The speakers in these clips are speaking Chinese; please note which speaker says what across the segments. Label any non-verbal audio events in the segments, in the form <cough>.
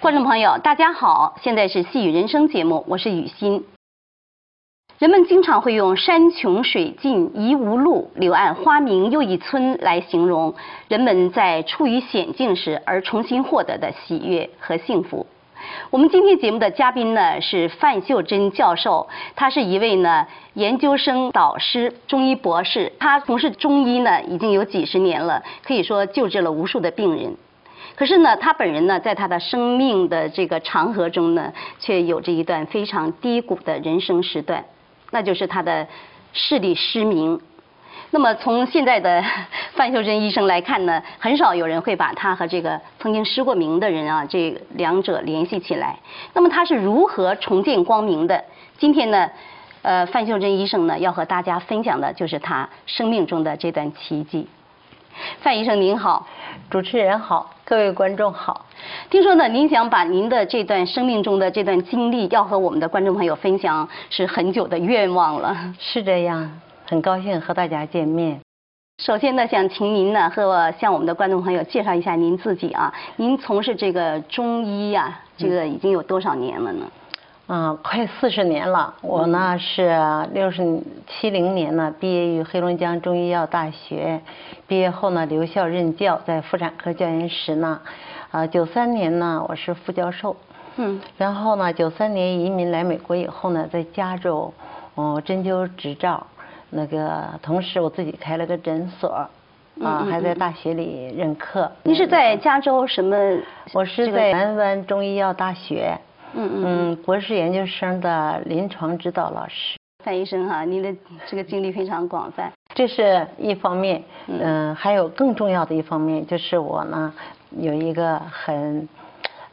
Speaker 1: 观众朋友，大家好，现在是《戏与人生》节目，我是雨欣。人们经常会用“山穷水尽疑无路，柳暗花明又一村”来形容人们在处于险境时而重新获得的喜悦和幸福。我们今天节目的嘉宾呢是范秀珍教授，他是一位呢研究生导师、中医博士，他从事中医呢已经有几十年了，可以说救治了无数的病人。可是呢，他本人呢，在他的生命的这个长河中呢，却有着一段非常低谷的人生时段，那就是他的视力失明。那么从现在的范秀珍医生来看呢，很少有人会把他和这个曾经失过明的人啊，这两者联系起来。那么他是如何重见光明的？今天呢，呃，范秀珍医生呢，要和大家分享的就是他生命中的这段奇迹。范医生您好，
Speaker 2: 主持人好，各位观众好。
Speaker 1: 听说呢，您想把您的这段生命中的这段经历，要和我们的观众朋友分享，是很久的愿望了。 <laughs>
Speaker 2: 是这样，很高兴和大家见面。
Speaker 1: 首先呢，想请您呢和我向我们的观众朋友介绍一下您自己啊。您从事这个中医呀、这个已经有多少年了呢？
Speaker 2: 啊、快四十年了，我呢是六十七零年呢毕业于黑龙江中医药大学，毕业后呢留校任教，在妇产科教研室呢，啊九三年呢我是副教授，
Speaker 1: 嗯
Speaker 2: 然后呢，九三年移民来美国以后呢，在加州，哦，针灸执照，那个同时我自己开了个诊所，啊，
Speaker 1: 嗯嗯
Speaker 2: 还在大学里任课。
Speaker 1: 您是在加州什么？
Speaker 2: 我是
Speaker 1: 这个
Speaker 2: 在南湾中医药大学，
Speaker 1: 嗯嗯嗯，
Speaker 2: 嗯，博士研究生的临床指导老师。
Speaker 1: 范医生哈、您的这个经历非常广泛。
Speaker 2: 这是一方面，
Speaker 1: 嗯
Speaker 2: 嗯、还有更重要的一方面就是我呢有一个很，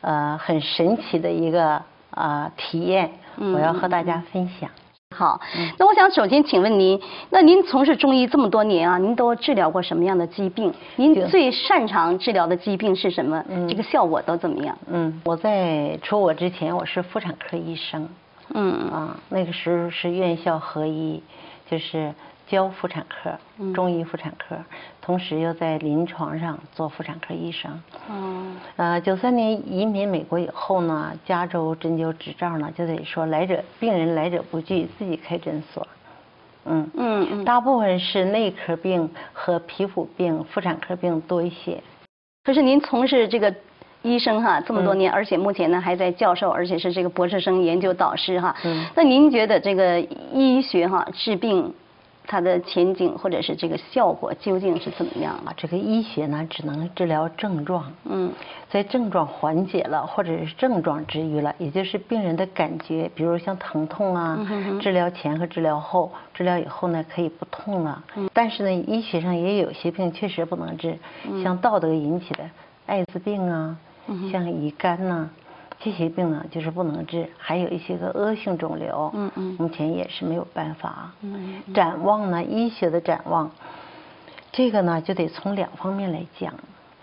Speaker 2: 呃，很神奇的一个呃体验，
Speaker 1: 嗯
Speaker 2: 我要
Speaker 1: 嗯
Speaker 2: 和大家分享。
Speaker 1: 好，
Speaker 2: 嗯
Speaker 1: 那我想首先请问您，那您从事中医这么多年啊，您都治疗过什么样的疾病？
Speaker 2: 就
Speaker 1: 您最擅长治疗的疾病是什么？
Speaker 2: 嗯
Speaker 1: 这个效果都怎么样？
Speaker 2: 嗯，我在出我之前，我是妇产科医生
Speaker 1: 嗯
Speaker 2: 啊，那个时候是院校合一，就是教妇产科
Speaker 1: 嗯，
Speaker 2: 中医妇产科，同时又在临床上做妇产科医生。
Speaker 1: 哦，
Speaker 2: 呃，九三年移民美国以后呢，加州针灸执照呢，就得说来者病人来者不拒，自己开诊所。嗯，
Speaker 1: 嗯嗯。
Speaker 2: 大部分是内科病和皮肤病、妇产科病多一些。
Speaker 1: 可是您从事这个医生哈这么多
Speaker 2: 嗯
Speaker 1: 年，而且目前呢还在教授，而且是这个博士生研究导师哈。
Speaker 2: 嗯
Speaker 1: 那您觉得这个医学哈治病它的前景或者是这个效果究竟是怎么样啊？
Speaker 2: 啊，这个医学呢，只能治疗症状。
Speaker 1: 嗯
Speaker 2: 在症状缓解了，或者是症状治愈了，也就是病人的感觉，比如像疼痛啊
Speaker 1: 嗯，哼哼
Speaker 2: 治疗前和治疗后，治疗以后呢可以不痛了。
Speaker 1: 嗯
Speaker 2: 但是呢，医学上也有些病确实不能治，
Speaker 1: 嗯
Speaker 2: 像道德引起的艾滋病啊，
Speaker 1: 嗯哼
Speaker 2: 像乙肝呐、这些病呢就是不能治，还有一些个恶性肿瘤，
Speaker 1: 嗯嗯
Speaker 2: 目前也是没有办法。
Speaker 1: 嗯嗯
Speaker 2: 展望呢，医学的展望，这个呢就得从两方面来讲。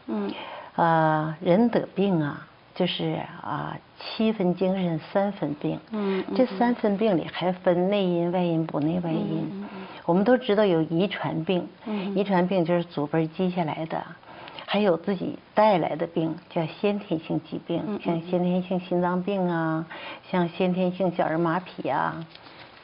Speaker 1: 嗯
Speaker 2: 呃，人得病啊，就是啊、七分精神，三分病。
Speaker 1: 嗯
Speaker 2: 这三分病里还分内因、外因、补内外因。
Speaker 1: 嗯嗯嗯
Speaker 2: 我们都知道有遗传病，
Speaker 1: 嗯
Speaker 2: 遗传病就是祖辈积下来的，还有自己带来的病，叫先天性疾病，
Speaker 1: 嗯嗯
Speaker 2: 像先天性心脏病啊，像先天性小儿麻痹啊。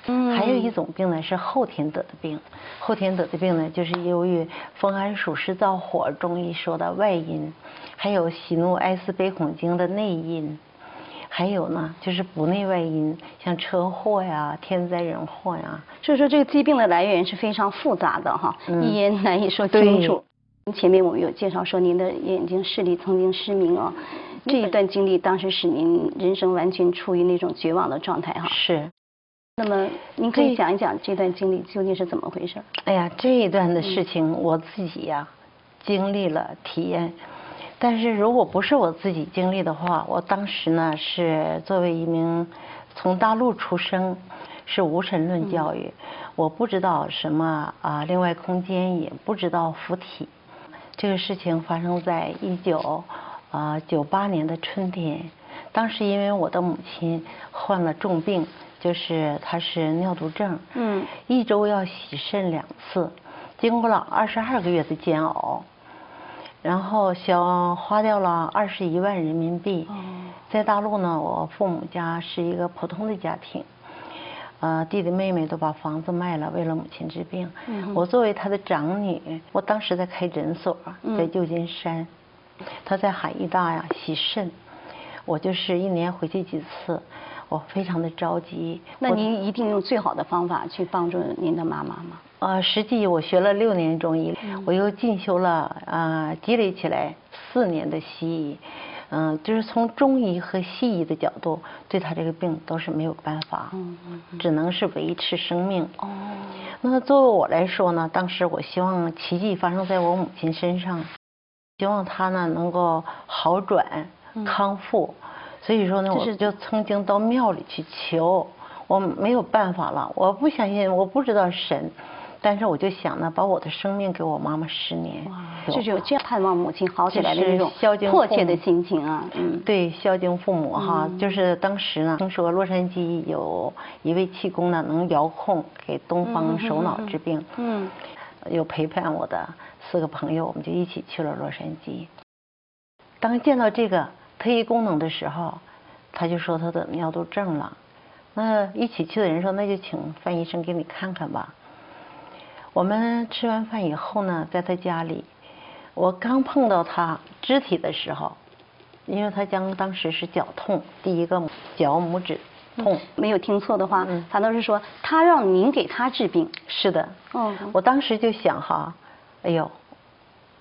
Speaker 1: 嗯
Speaker 2: 还有一种病呢是后天得的病，后天得的病呢就是由于风寒暑湿燥火，中医说的外因，还有喜怒哀思悲恐惊的内因，还有呢就是不内外因，像车祸呀、天灾人祸呀，
Speaker 1: 所以说，这个疾病的来源是非常复杂的哈，
Speaker 2: 嗯
Speaker 1: 一言难以说清楚。前面我们有介绍说，您的眼睛视力曾经失明啊、这一段经历当时使您人生完全处于那种绝望的状态哈。
Speaker 2: 是。
Speaker 1: 那么，您可以
Speaker 2: 对
Speaker 1: 讲一讲这段经历究竟是怎么回事儿？
Speaker 2: 哎呀，这一段的事情我自己呀、经历了体验，但是如果不是我自己经历的话，我当时呢是作为一名从大陆出生，是无神论教育，我不知道什么啊、另外空间，也不知道附体。这个事情发生在一九啊九八年的春天，当时因为我的母亲患了重病，就是她是尿毒症，
Speaker 1: 嗯
Speaker 2: 一周要洗肾两次，经过了二十二个月的煎熬，然后消花掉了二十一万人民币，
Speaker 1: 哦
Speaker 2: 在大陆呢，我父母家是一个普通的家庭，呃，弟弟妹妹都把房子卖了，为了母亲治病。
Speaker 1: 嗯哼
Speaker 2: 我作为他的长女，我当时在开诊所，在
Speaker 1: 嗯
Speaker 2: 旧金山，他在海医大呀洗肾，我就是一年回去几次，我非常的着急。
Speaker 1: 那
Speaker 2: 我
Speaker 1: 您一定用最好的方法去帮助您的妈妈吗？
Speaker 2: 呃，实际我学了六年中医，
Speaker 1: 嗯
Speaker 2: 我又进修了呃，积累起来四年的西医，嗯、就是从中医和西医的角度对他这个病都是没有办法，
Speaker 1: 嗯嗯嗯
Speaker 2: 只能是维持生命。
Speaker 1: 哦，
Speaker 2: 那作为我来说呢，当时我希望奇迹发生在我母亲身上，希望她呢能够好转、
Speaker 1: 嗯
Speaker 2: 康复。所以说呢，
Speaker 1: 这
Speaker 2: 我
Speaker 1: 是
Speaker 2: 就曾经到庙里去求，我没有办法了，我不相信，我不知道神，但是我就想呢，把我的生命给我妈妈十年
Speaker 1: 哇，，
Speaker 2: 给我
Speaker 1: 就是有这样盼望母亲好起
Speaker 2: 这
Speaker 1: 来的
Speaker 2: 是
Speaker 1: 那种
Speaker 2: 孝敬
Speaker 1: 迫
Speaker 2: 父
Speaker 1: 切的
Speaker 2: 母
Speaker 1: 心情啊，嗯，
Speaker 2: 对，孝敬父母哈，
Speaker 1: 嗯
Speaker 2: 就是当时呢，听说洛杉矶有一位气功呢，能遥控给东
Speaker 1: 嗯嗯
Speaker 2: 方
Speaker 1: 嗯
Speaker 2: 首脑
Speaker 1: 嗯
Speaker 2: 治病，
Speaker 1: 嗯，
Speaker 2: 有陪伴我的四个朋友，我们就一起去了洛杉矶。当见到这个特异功能的时候，他就说他的尿毒症了。那一起去的人说，那就请范医生给你看看吧。我们吃完饭以后呢，在他家里，我刚碰到他肢体的时候，因为他将当时是脚痛，第一个脚拇指痛，
Speaker 1: 没有听错的话
Speaker 2: 嗯，
Speaker 1: 反倒是说他让您给他治病，
Speaker 2: 是的，
Speaker 1: 哦
Speaker 2: 我当时就想哈，哎呦，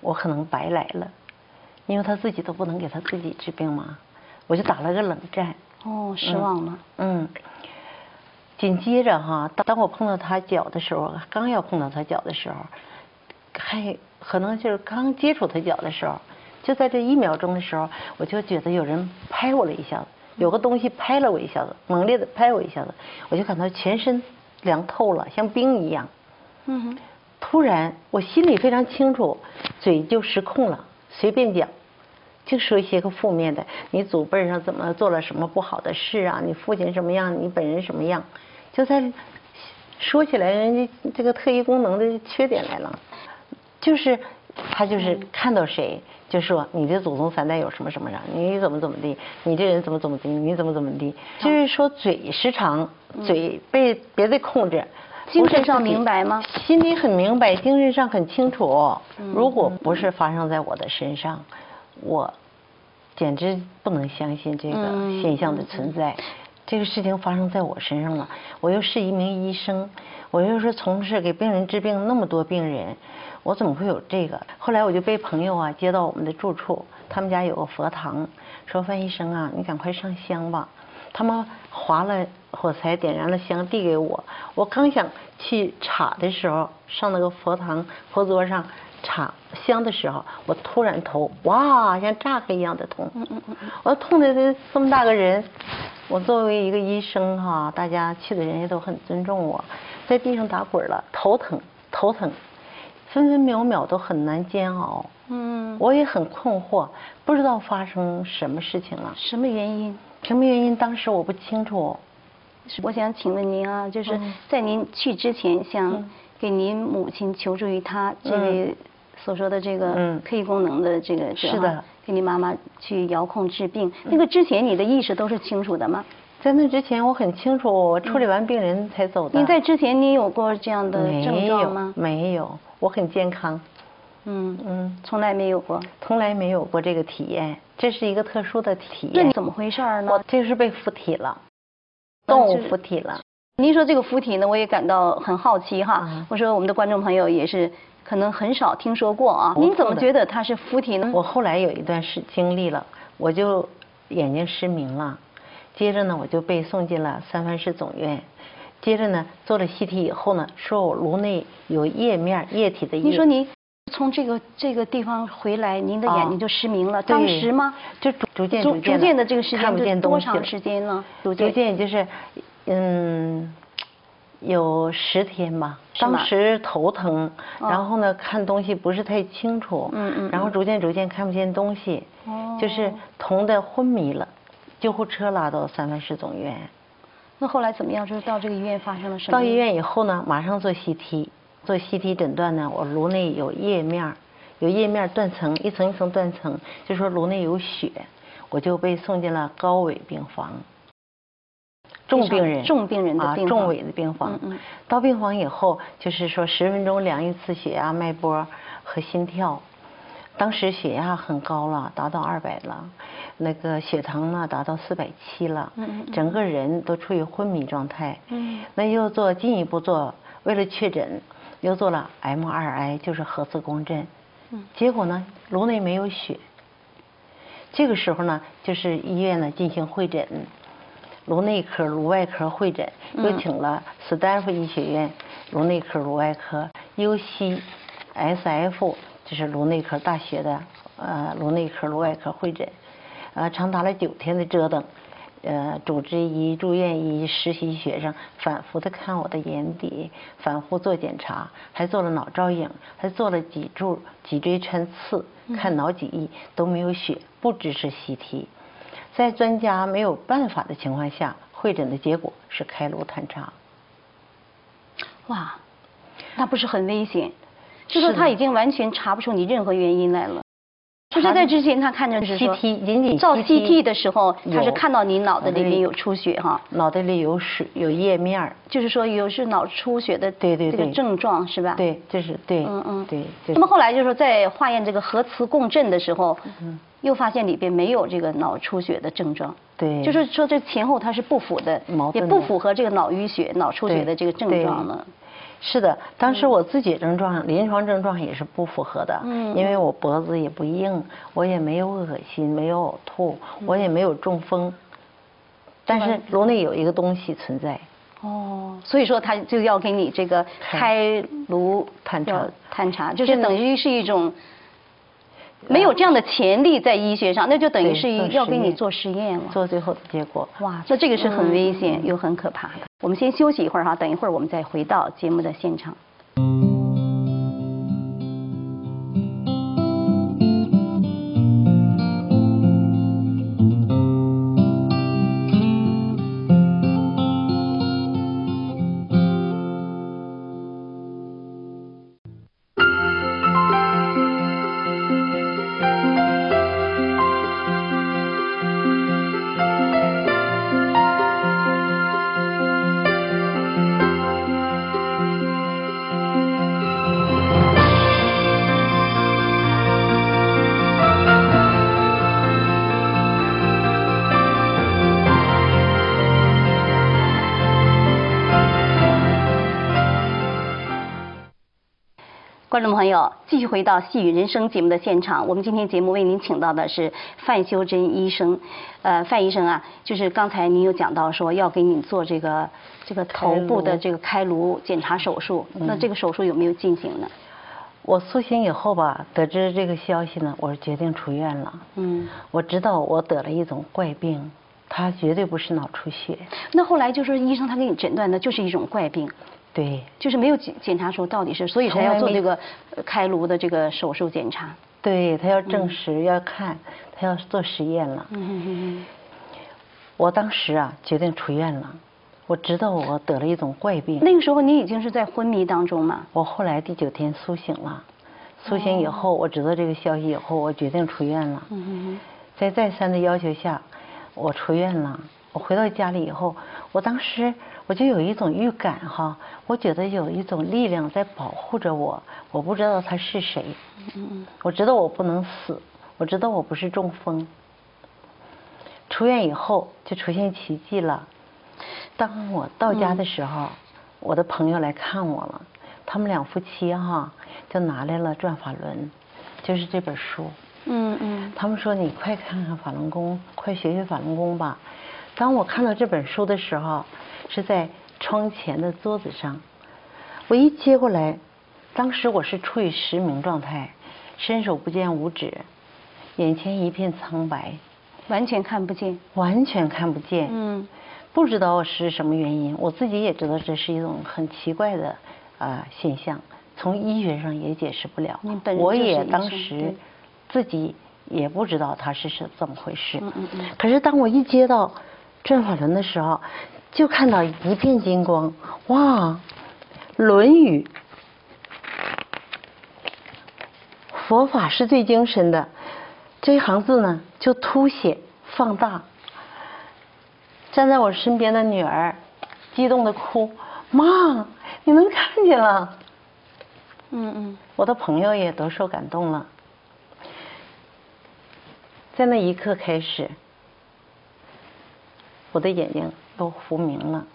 Speaker 2: 我可能白来了，因为他自己都不能给他自己治病嘛，我就打了个冷战。
Speaker 1: 哦，失望了，
Speaker 2: 嗯，紧接着哈，当当我碰到他脚的时候，刚要碰到他脚的时候，还可能就是刚接触他脚的时候，就在这一秒钟的时候，我就觉得有人拍我了一下子，有个东西拍了我一下子，猛烈的拍我一下子，我就感到全身凉透了，像冰一样。
Speaker 1: 嗯哼，
Speaker 2: 突然，我心里非常清楚，嘴就失控了，随便讲，就说一些个负面的。你祖辈儿上怎么做了什么不好的事啊？你父亲什么样？你本人什么样？就在说起来人家这个特异功能的缺点来了，就是他就是
Speaker 1: 嗯
Speaker 2: 看到谁就说你的祖宗三代有什么什么啥，你怎么怎么地，你这人怎么怎么地，你怎么怎么地，
Speaker 1: 哦
Speaker 2: 就是说嘴时常嘴被别的控制。
Speaker 1: 嗯精神
Speaker 2: 不是
Speaker 1: 上
Speaker 2: 自己
Speaker 1: 明白吗？
Speaker 2: 心里很明白，精神上很清楚
Speaker 1: 嗯。
Speaker 2: 如果不是发生在我的身上，我简直不能相信这
Speaker 1: 嗯
Speaker 2: 个现象的存在。这个事情发生在我身上了，我又是一名医生，我又是从事给病人治病那么多病人，我怎么会有这个？后来我就被朋友啊接到我们的住处，他们家有个佛堂，说范医生啊，你赶快上香吧。他们划了火柴，点燃了香，递给我。我刚想去插的时候，上那个佛堂佛桌上插香的时候，我突然头哇，像炸开一样的痛。
Speaker 1: 嗯嗯嗯嗯
Speaker 2: 我痛的这这么大个人，我作为一个医生哈、大家去的人也都很尊重我，在地上打滚了，头疼头疼，分分秒秒都很难煎熬。
Speaker 1: 嗯，
Speaker 2: 我也很困惑，不知道发生什么事情了。
Speaker 1: 什么原因？
Speaker 2: 什么原因？当时我不清楚。
Speaker 1: 我想请问您啊，就是
Speaker 2: 嗯
Speaker 1: 在您去之前，想
Speaker 2: 嗯
Speaker 1: 给您母亲求助于她这位所说的这个
Speaker 2: 嗯
Speaker 1: 特异功能的这个者啊
Speaker 2: 是的，嗯
Speaker 1: 给您妈妈去遥控治病。那个之前你的意识都是清楚的吗？
Speaker 2: 在那之前，我很清楚，我处理完病人才走的。
Speaker 1: 您在之前嗯你有过这样的症
Speaker 2: 没
Speaker 1: 状
Speaker 2: 有
Speaker 1: 吗？
Speaker 2: 没有，我很健康，
Speaker 1: 嗯，
Speaker 2: 嗯，
Speaker 1: 从来没有过。
Speaker 2: 从来没有过这个体验，这是一个特殊的体
Speaker 1: 那
Speaker 2: 验
Speaker 1: 你。怎么回事儿
Speaker 2: 我
Speaker 1: 呢？
Speaker 2: 这是被附体了，
Speaker 1: 那
Speaker 2: 动物
Speaker 1: 嗯就是
Speaker 2: 附体了。
Speaker 1: 您说这个附体呢，我也感到很好奇哈。
Speaker 2: 嗯
Speaker 1: 我说我们的观众朋友也是可能很少听说过啊，
Speaker 2: 不
Speaker 1: 您怎
Speaker 2: 错
Speaker 1: 么
Speaker 2: 的
Speaker 1: 觉得它是附体呢？
Speaker 2: 我后来有一段是经历了，我就眼睛失明了，接着呢我就被送进了三藩市总院，接着呢做了 CT 以后呢，说我颅内有液面液体的液。
Speaker 1: 您说您从这个这个地方回来，您的
Speaker 2: 啊
Speaker 1: 眼睛就失明了，
Speaker 2: 对
Speaker 1: 当时吗？
Speaker 2: 就逐逐渐
Speaker 1: 逐
Speaker 2: 逐
Speaker 1: 逐渐
Speaker 2: 地
Speaker 1: 的这个时间
Speaker 2: 看不
Speaker 1: 是
Speaker 2: 见
Speaker 1: 多
Speaker 2: 东西
Speaker 1: 长
Speaker 2: 了
Speaker 1: 时间呢逐
Speaker 2: 逐
Speaker 1: 渐
Speaker 2: 渐就是，嗯，有十天吧。
Speaker 1: 是吗
Speaker 2: 当时头疼，
Speaker 1: 哦
Speaker 2: 然后呢看东西不是太清楚，
Speaker 1: 嗯嗯
Speaker 2: 然后逐渐逐渐看不见东西，
Speaker 1: 哦
Speaker 2: 就是疼的昏迷了，救护车拉到三藩市总医院。
Speaker 1: 那后来怎么样？就是到这个医院发生了什么？
Speaker 2: 到医。院以后呢，马上做 CT，做 CT 诊断呢，我颅内有液面儿，有液面儿断层，一层一层断层，就说颅内有血。我就被送进了高危病房，重病人，
Speaker 1: 重病人的病
Speaker 2: 啊，重
Speaker 1: 房
Speaker 2: 危的病房。
Speaker 1: 嗯嗯
Speaker 2: 到病房以后，就是说十分钟量一次血压、脉搏和心跳。当时血压很高了，达到二百了，那个血糖呢达到四百七了，
Speaker 1: 嗯嗯嗯
Speaker 2: 整个人都处于昏迷状态。
Speaker 1: 嗯
Speaker 2: 那又做进一步做，为了确诊，又做了 MRI，就是核磁共振。
Speaker 1: 嗯
Speaker 2: 结果呢，颅内没有血。这个时候呢，就是医院呢进行会诊，颅内科、颅外科会诊，又
Speaker 1: 嗯
Speaker 2: 请了斯坦福医学院颅内科、颅外科、UC、SF，就是颅内科大学的呃颅内科、颅外科会诊，呃，长达了九天的折腾。呃，主治医、住院医、实习学生反复的看我的眼底，反复做检查，还做了脑造影，还做了脊柱、脊椎穿刺，看脑脊液都没有血，不支持 CT。在专家没有办法的情况下，会诊的结果是开颅探查。
Speaker 1: 哇，那不是很危险？就说
Speaker 2: 是的
Speaker 1: 他已经完全查不出你任何原因来了。就是
Speaker 2: 查
Speaker 1: 在
Speaker 2: 的
Speaker 1: 之前，他看着
Speaker 2: 就是
Speaker 1: 说
Speaker 2: CT 仅仅
Speaker 1: 照
Speaker 2: CT
Speaker 1: CT 的时候，他是
Speaker 2: 有
Speaker 1: 看到你脑袋里面
Speaker 2: 对
Speaker 1: 有出血哈，
Speaker 2: 脑袋里有水，有液面儿，
Speaker 1: 就是说有是脑出血的
Speaker 2: 对对
Speaker 1: 这个
Speaker 2: 对
Speaker 1: 症状是吧？。
Speaker 2: 对，这是对，
Speaker 1: 嗯嗯
Speaker 2: 对。嗯这
Speaker 1: 那么后来就是说在化验这个核磁共振的时候，又发现里边没有这个脑出血的症状。
Speaker 2: 对，
Speaker 1: 就是说这前后它是不符的
Speaker 2: 矛，
Speaker 1: 也
Speaker 2: 盾
Speaker 1: 不
Speaker 2: 的
Speaker 1: 符合这个脑淤血、脑出血
Speaker 2: 对
Speaker 1: 的这个症
Speaker 2: 对
Speaker 1: 状了。
Speaker 2: 是的，当时我自己症状、临床症状也是不符合的，
Speaker 1: 嗯
Speaker 2: 因为我脖子也不硬，我也没有恶心，没有呕吐，我也没有中风，但是颅内有一个东西存在，
Speaker 1: 哦，所以说他就要给你这个开颅
Speaker 2: 探查
Speaker 1: 要探查，就是等于是一种没有这样的潜力在医学上，那就等于
Speaker 2: 呃对
Speaker 1: 是
Speaker 2: 做
Speaker 1: 要
Speaker 2: 实
Speaker 1: 给你
Speaker 2: 验
Speaker 1: 做实验了。
Speaker 2: 做嗯最后的结果。
Speaker 1: 哇，那这个是很危险又很可怕的。我们先休息一会儿哈，等一会儿我们再回到节目的现场。观众朋友，继续回到《戏与人生》节目的现场。我们今天节目为您请到的是范修真医生。呃，范医生啊，就是刚才您有讲到说要给你做这个这个头部的
Speaker 2: 开颅
Speaker 1: 这个开颅嗯检查手术，那这个手术有没有进行呢？
Speaker 2: 我苏醒以后吧，得知这个消息呢，我决定出院了。
Speaker 1: 嗯，
Speaker 2: 我知道我得了一种怪病，它绝对不是脑出血，
Speaker 1: 那后来就是医生他给你诊断的就是一种怪病，
Speaker 2: 对，
Speaker 1: 就是没有检检查出到底是，所以才
Speaker 2: 从来
Speaker 1: 要做
Speaker 2: 没
Speaker 1: 这个呃开颅的这个手术检查。
Speaker 2: 对他要证实，要看，他要做实验了。
Speaker 1: 嗯
Speaker 2: 我当时啊，决定出院了。我知道我得了一种怪病，
Speaker 1: 那个时候你已经是在昏迷当中嘛？
Speaker 2: 我后来第九天苏醒了。苏醒以后，我知道这个消息以后，我决定出院了。
Speaker 1: 哦嗯
Speaker 2: 在再三的要求下，我出院了。我回到家里以后，我当时我就有一种预感哈，我觉得有一种力量在保护着我，我不知道他是谁，
Speaker 1: 嗯
Speaker 2: 我知道我不能死，我知道我不是中风。出院以后就出现奇迹了。当我到家的时候，我的朋友来看我了，他们两夫妻哈、就拿来了《转法轮》，就是这本书。
Speaker 1: 嗯嗯
Speaker 2: 他们说你快看看法轮功，快学学法轮功吧。当我看到这本书的时候，是在窗前的桌子上，我一接过来，当时我是处于失明状态，伸手不见五指，眼前一片苍白，
Speaker 1: 嗯，完全看不见。
Speaker 2: 完全看不见。
Speaker 1: 嗯
Speaker 2: 不知道是什么原因，我自己也知道这是一种很奇怪的啊、呃现象，从医学上也解释不了
Speaker 1: 你本。人
Speaker 2: 我
Speaker 1: 就是医
Speaker 2: 也
Speaker 1: 生
Speaker 2: 当
Speaker 1: 对
Speaker 2: 时自己也不知道它是是怎么回事。
Speaker 1: 嗯嗯嗯
Speaker 2: 可是当我一接到转法轮的时候，就看到一片金光，哇，《论语》。佛法是最精深的，这一行字呢，就凸显放大。站在我身边的女儿激动的哭：“妈，你能看见了！”
Speaker 1: 嗯嗯，
Speaker 2: 我的朋友也都受感动了。在那一刻开始，我的眼睛都糊明了。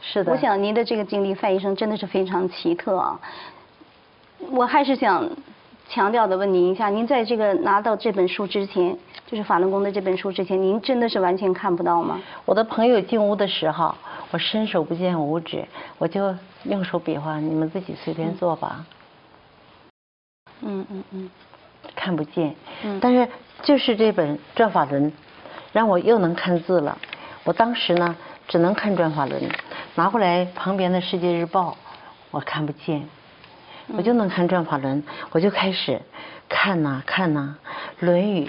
Speaker 2: 是的，
Speaker 1: 我想您的这个经历，范医生真的是非常奇特啊。我还是想强调的问您一下，您在这个拿到这本书之前，就是法轮功的这本书之前，您真的是完全看不到吗？
Speaker 2: 我的朋友进屋的时候，我伸手不见五指，我就用手比划，你们自己随便做吧，
Speaker 1: 嗯嗯嗯
Speaker 2: 看不见。
Speaker 1: 嗯
Speaker 2: 但是就是这本《转法轮》，让我又能看字了。我当时呢，只能看《转法轮》，拿过来旁边的《世界日报》，我看不见，我就能看《转法轮》，我就开始看呐、看呐、论语》。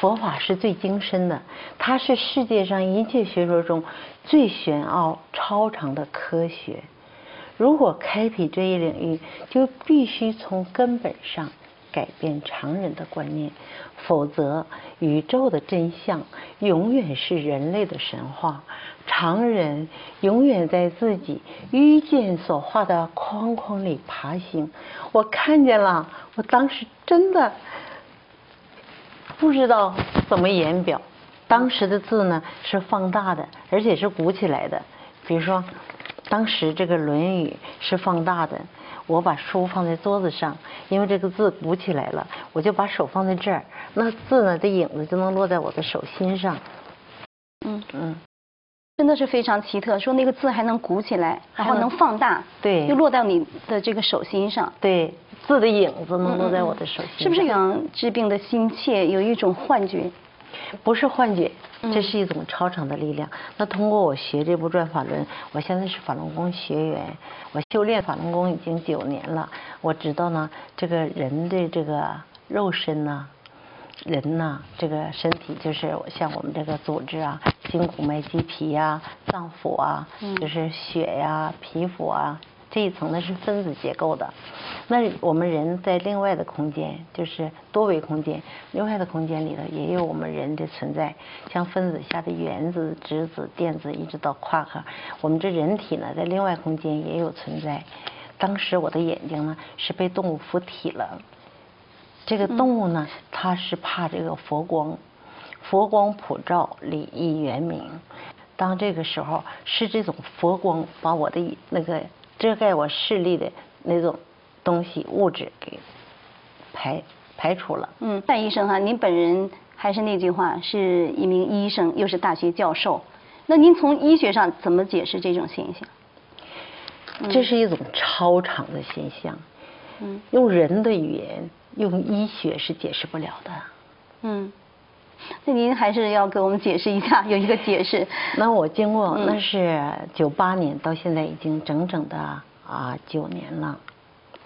Speaker 2: 佛法是最精深的，它是世界上一切学说中最玄奥超常的科学。如果开辟这一领域，就必须从根本上改变常人的观念，否则宇宙的真相永远是人类的神话，常人永远在自己愚见所画的框框里爬行。我看见了，我当时真的不知道怎么言表。当时的字呢是放大的，而且是鼓起来的。比如说，当时这个《论语》是放大的，我把书放在桌子上，因为这个字鼓起来了，我就把手放在这儿，那字呢，这影子就能落在我的手心上。
Speaker 1: 嗯，
Speaker 2: 嗯，
Speaker 1: 真的是非常奇特，说那个字还能鼓起来，然后能放大，
Speaker 2: 对
Speaker 1: 又落到你的这个手心上。
Speaker 2: 对，字的影子
Speaker 1: 嗯
Speaker 2: 能
Speaker 1: 嗯
Speaker 2: 落在
Speaker 1: 嗯
Speaker 2: 我的手心上。
Speaker 1: 是不是想治病的心切，有一种幻觉？
Speaker 2: 不是幻觉，
Speaker 1: 嗯
Speaker 2: 这是一种超常的力量。那通过我学这部《转法轮》，我现在是法轮功学员，我修炼法轮功已经九年了。我知道呢，这个人的这个肉身呐，人呐、这个身体就是像我们这个组织啊，筋骨脉肌皮呀、脏腑啊，
Speaker 1: 嗯
Speaker 2: 就是血呀、皮肤啊这一层呢是分子结构的。那我们人在另外的空间，就是多维空间，另外的空间里头也有我们人的存在，像分子下的原子、质子、电子，一直到夸克，我们这人体呢在另外空间也有存在。当时我的眼睛呢是被动物附体了，这个动物呢，它是怕这个佛光，佛光普照，礼义圆明。当这个时候，是这种佛光把我的一那个遮盖我视力的那种东西物质给排排除了。
Speaker 1: 嗯，范医生哈、您本人还是那句话，是一名医生，又是大学教授。那您从医学上怎么解释这种现象？
Speaker 2: 这是一种超常的现象，
Speaker 1: 嗯
Speaker 2: 用人的语言，用医学是解释不了的。
Speaker 1: 嗯，那您还是要给我们解释一下，有一个解释。
Speaker 2: <laughs> 那我经过
Speaker 1: 嗯
Speaker 2: 那是九八年到现在已经整整的啊九年了，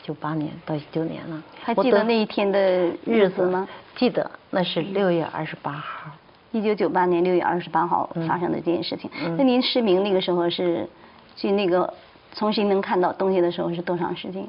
Speaker 2: 九八年到九年了。
Speaker 1: 还
Speaker 2: 我
Speaker 1: 记得
Speaker 2: 得
Speaker 1: 那一天的日子吗？？嗯
Speaker 2: 记得，那是六月二十八号。
Speaker 1: 一九九八年六月二十八号
Speaker 2: 嗯
Speaker 1: 发生的这件事情。
Speaker 2: 嗯
Speaker 1: 那您失明那个时候是，去那个重新能看到东西的时候是多长时间？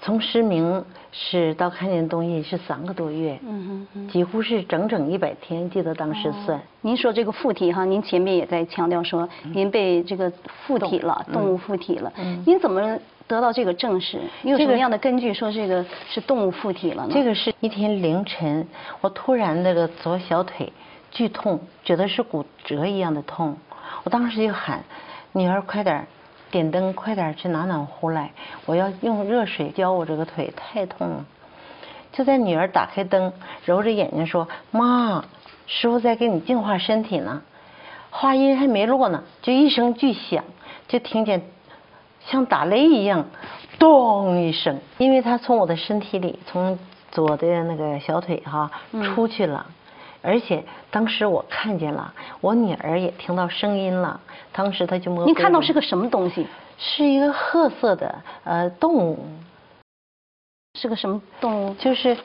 Speaker 2: 从失明是到看见东西是三个多月，
Speaker 1: 嗯嗯
Speaker 2: 几乎是整整一百天。记得当时算，
Speaker 1: 哦您说这个附体哈，您前面也在强调说您被这个附体了，
Speaker 2: 嗯动
Speaker 1: 动物附体了，
Speaker 2: 嗯
Speaker 1: 您怎么得到这个证实？你有
Speaker 2: 这
Speaker 1: 什
Speaker 2: 个
Speaker 1: 么样的根据说这个是动物附体了呢？
Speaker 2: 这个是一天凌晨，我突然那个左小腿剧痛，觉得是骨折一样的痛，我当时就喊女儿快点儿点灯，快点儿去拿暖壶来，我要用热水浇我这个腿，太痛了。就在女儿打开灯，揉着眼睛说：“妈，师傅在给你净化身体呢。”话音还没落呢，就一声巨响，就听见像打雷一样，咚一声，因为它从我的身体里，从左的那个小腿哈、
Speaker 1: 嗯
Speaker 2: 出去了。而且当时我看见了，我女儿也听到声音了。当时她就摸。
Speaker 1: 您看到是个什么东西？
Speaker 2: 是一个褐色的呃动物，
Speaker 1: 是个什么动物？
Speaker 2: 就是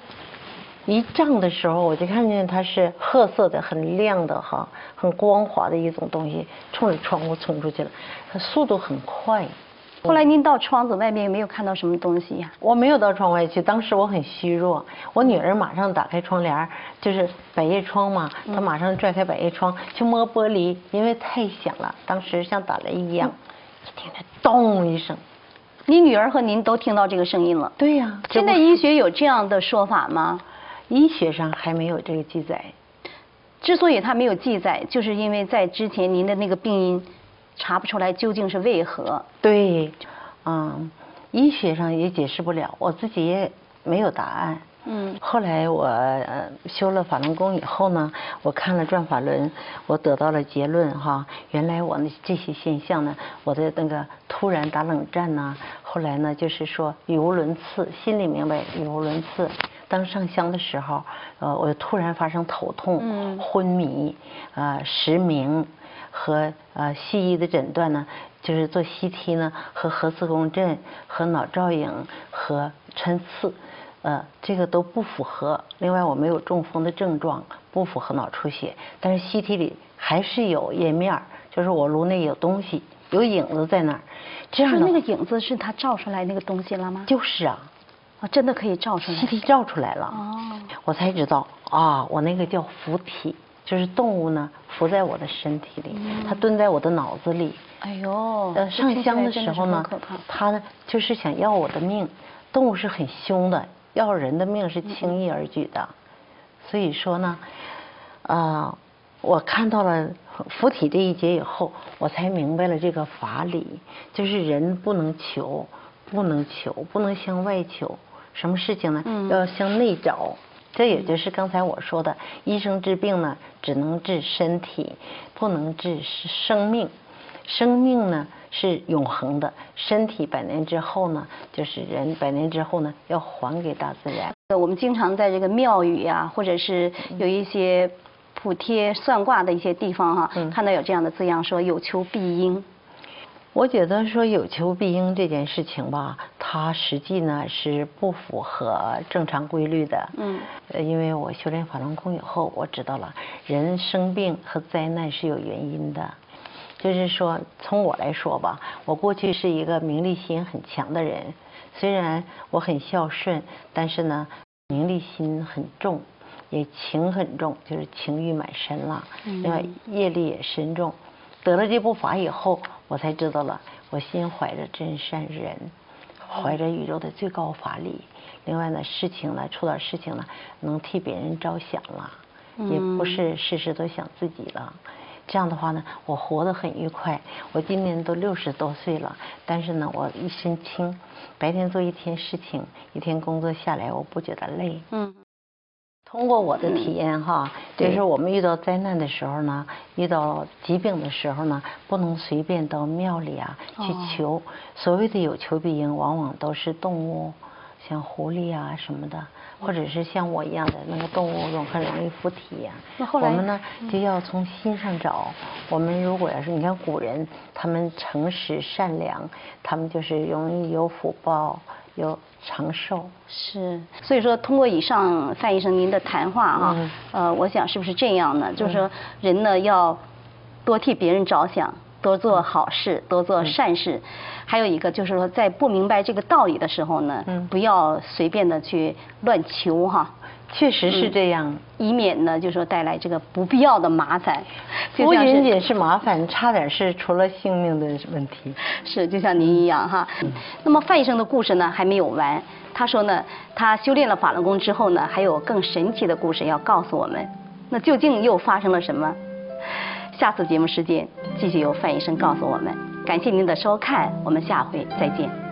Speaker 2: 一胀的时候，我就看见它是褐色的，很亮的哈，很光滑的一种东西，冲着窗户冲出去了，它速度很快。
Speaker 1: 后来您到窗子外面有没有看到什么东西呀、
Speaker 2: 我没有到窗外去，当时我很虚弱。我女儿马上打开窗帘儿，就是百叶窗嘛，她马上拽开百叶窗去摸玻璃，因为太响了，当时像打雷一样，一听着咚一声。
Speaker 1: 你女儿和您都听到这个声音了。
Speaker 2: 对呀、这
Speaker 1: 现在
Speaker 2: 不
Speaker 1: 医学有这样的说法吗？
Speaker 2: 医学上还没有这个记载。
Speaker 1: 之所以它没有记载，就是因为在之前您的那个病因查不出来究竟是为何。
Speaker 2: 对，嗯，医学上也解释不了，我自己也没有答案。
Speaker 1: 嗯，
Speaker 2: 后来我呃修了法轮功以后呢，我看了《转法轮》，我得到了结论哈，原来我那这些现象呢，我的那个突然打冷战呐、后来呢就是说语无伦次，心里明白语无伦次。当上香的时候，呃，我突然发生头痛、
Speaker 1: 嗯
Speaker 2: 昏迷、呃失明和呃西医的诊断呢，就是做 CT 呢和核磁共振和脑造影和穿刺。呃，这个都不符合。另外，我没有中风的症状，不符合脑出血，但是 CT 里还是有液面儿，就是我颅内有东西，有影子在那儿。这样
Speaker 1: 说
Speaker 2: 的
Speaker 1: 那
Speaker 2: 话
Speaker 1: 个影子是他照出来那个东西了吗？
Speaker 2: 就是啊
Speaker 1: 啊，真的可以照出来。
Speaker 2: ，CT 照出来了，
Speaker 1: 哦，
Speaker 2: 我才知道啊，我那个叫浮体，就是动物呢浮在我的身体里，它蹲在我的脑子里。
Speaker 1: 嗯哎呦，
Speaker 2: 呃，
Speaker 1: 这
Speaker 2: 上
Speaker 1: 听起
Speaker 2: 香
Speaker 1: 来
Speaker 2: 的
Speaker 1: 真
Speaker 2: 时候
Speaker 1: 是很
Speaker 2: 呢
Speaker 1: 可怕。，
Speaker 2: 它呢就是想要我的命。动物是很凶的，要人的命是轻
Speaker 1: 嗯
Speaker 2: 易而举的。所以说呢，呃，我看到了附体这一节以后，我才明白了这个法理，就是人不能求，不能求，不能向外求，什么事情呢？
Speaker 1: 嗯
Speaker 2: 要向内找。这也就是刚才我说的，医生治病呢，只能治身体，不能治生命。生命呢是永恒的，身体百年之后呢，就是人百年之后呢，要还给大自然。
Speaker 1: 呃我们经常在这个庙宇啊，或者是有一些普贴算卦的一些地方哈、
Speaker 2: 嗯
Speaker 1: 看到有这样的字样，说有求必应。
Speaker 2: 我觉得说有求必应这件事情吧，它实际呢是不符合正常规律的。
Speaker 1: 嗯
Speaker 2: 呃，因为我修炼法轮功以后，我知道了人生病和灾难是有原因的。就是说，从我来说吧，我过去是一个名利心很强的人，虽然我很孝顺，但是呢，名利心很重，也情很重，就是情欲满身了，
Speaker 1: 嗯
Speaker 2: 另外业力也深重。得了这部法以后，我才知道了，我心怀着真善人，怀着宇宙的最高法理。另外呢，事情呢，出点事情呢，能替别人着想了，也不
Speaker 1: 嗯
Speaker 2: 是事事都想自己了。这样的话呢，我活得很愉快。我今年都六十多岁了，但是呢，我一身轻，白天做一天事情，一天工作下来，我不觉得累。
Speaker 1: 嗯
Speaker 2: 通过我的体验哈，
Speaker 1: 对
Speaker 2: 就是我们遇到灾难的时候呢，遇到疾病的时候呢，不能随便到庙里啊去
Speaker 1: 哦
Speaker 2: 求。所谓的有求必应，往往都是动物，像狐狸啊什么的，
Speaker 1: 嗯
Speaker 2: 或者是像我一样的那个动物，总很容易附体呀、
Speaker 1: 那后
Speaker 2: 我
Speaker 1: 来嗯
Speaker 2: 们呢就要从心上找。我们如果要是你看古人，他们诚实善良，他们就是容易有福报，有长寿。
Speaker 1: 是，所以说通过以上范医生您的谈话啊，
Speaker 2: 嗯
Speaker 1: 呃，我想是不是这样呢？就是说人呢要多替别人着想，多做好
Speaker 2: 嗯
Speaker 1: 事，多做善事。还有一个就是说，在不明白这个道理的时候呢，
Speaker 2: 嗯
Speaker 1: 不要随便的去乱求哈，
Speaker 2: 确实是
Speaker 1: 嗯
Speaker 2: 这样。
Speaker 1: 以免呢就是说带来这个不必要的麻烦。就
Speaker 2: 不
Speaker 1: 像是
Speaker 2: 仅仅是麻烦，差点是除了性命的问题。
Speaker 1: 是，就像您一样哈。那么范医生的故事呢还没有完，他说呢，他修炼了法轮功之后呢，还有更神奇的故事要告诉我们。那究竟又发生了什么？下次节目时间继续由范医生告诉我们。感谢您的收看，我们下回再见。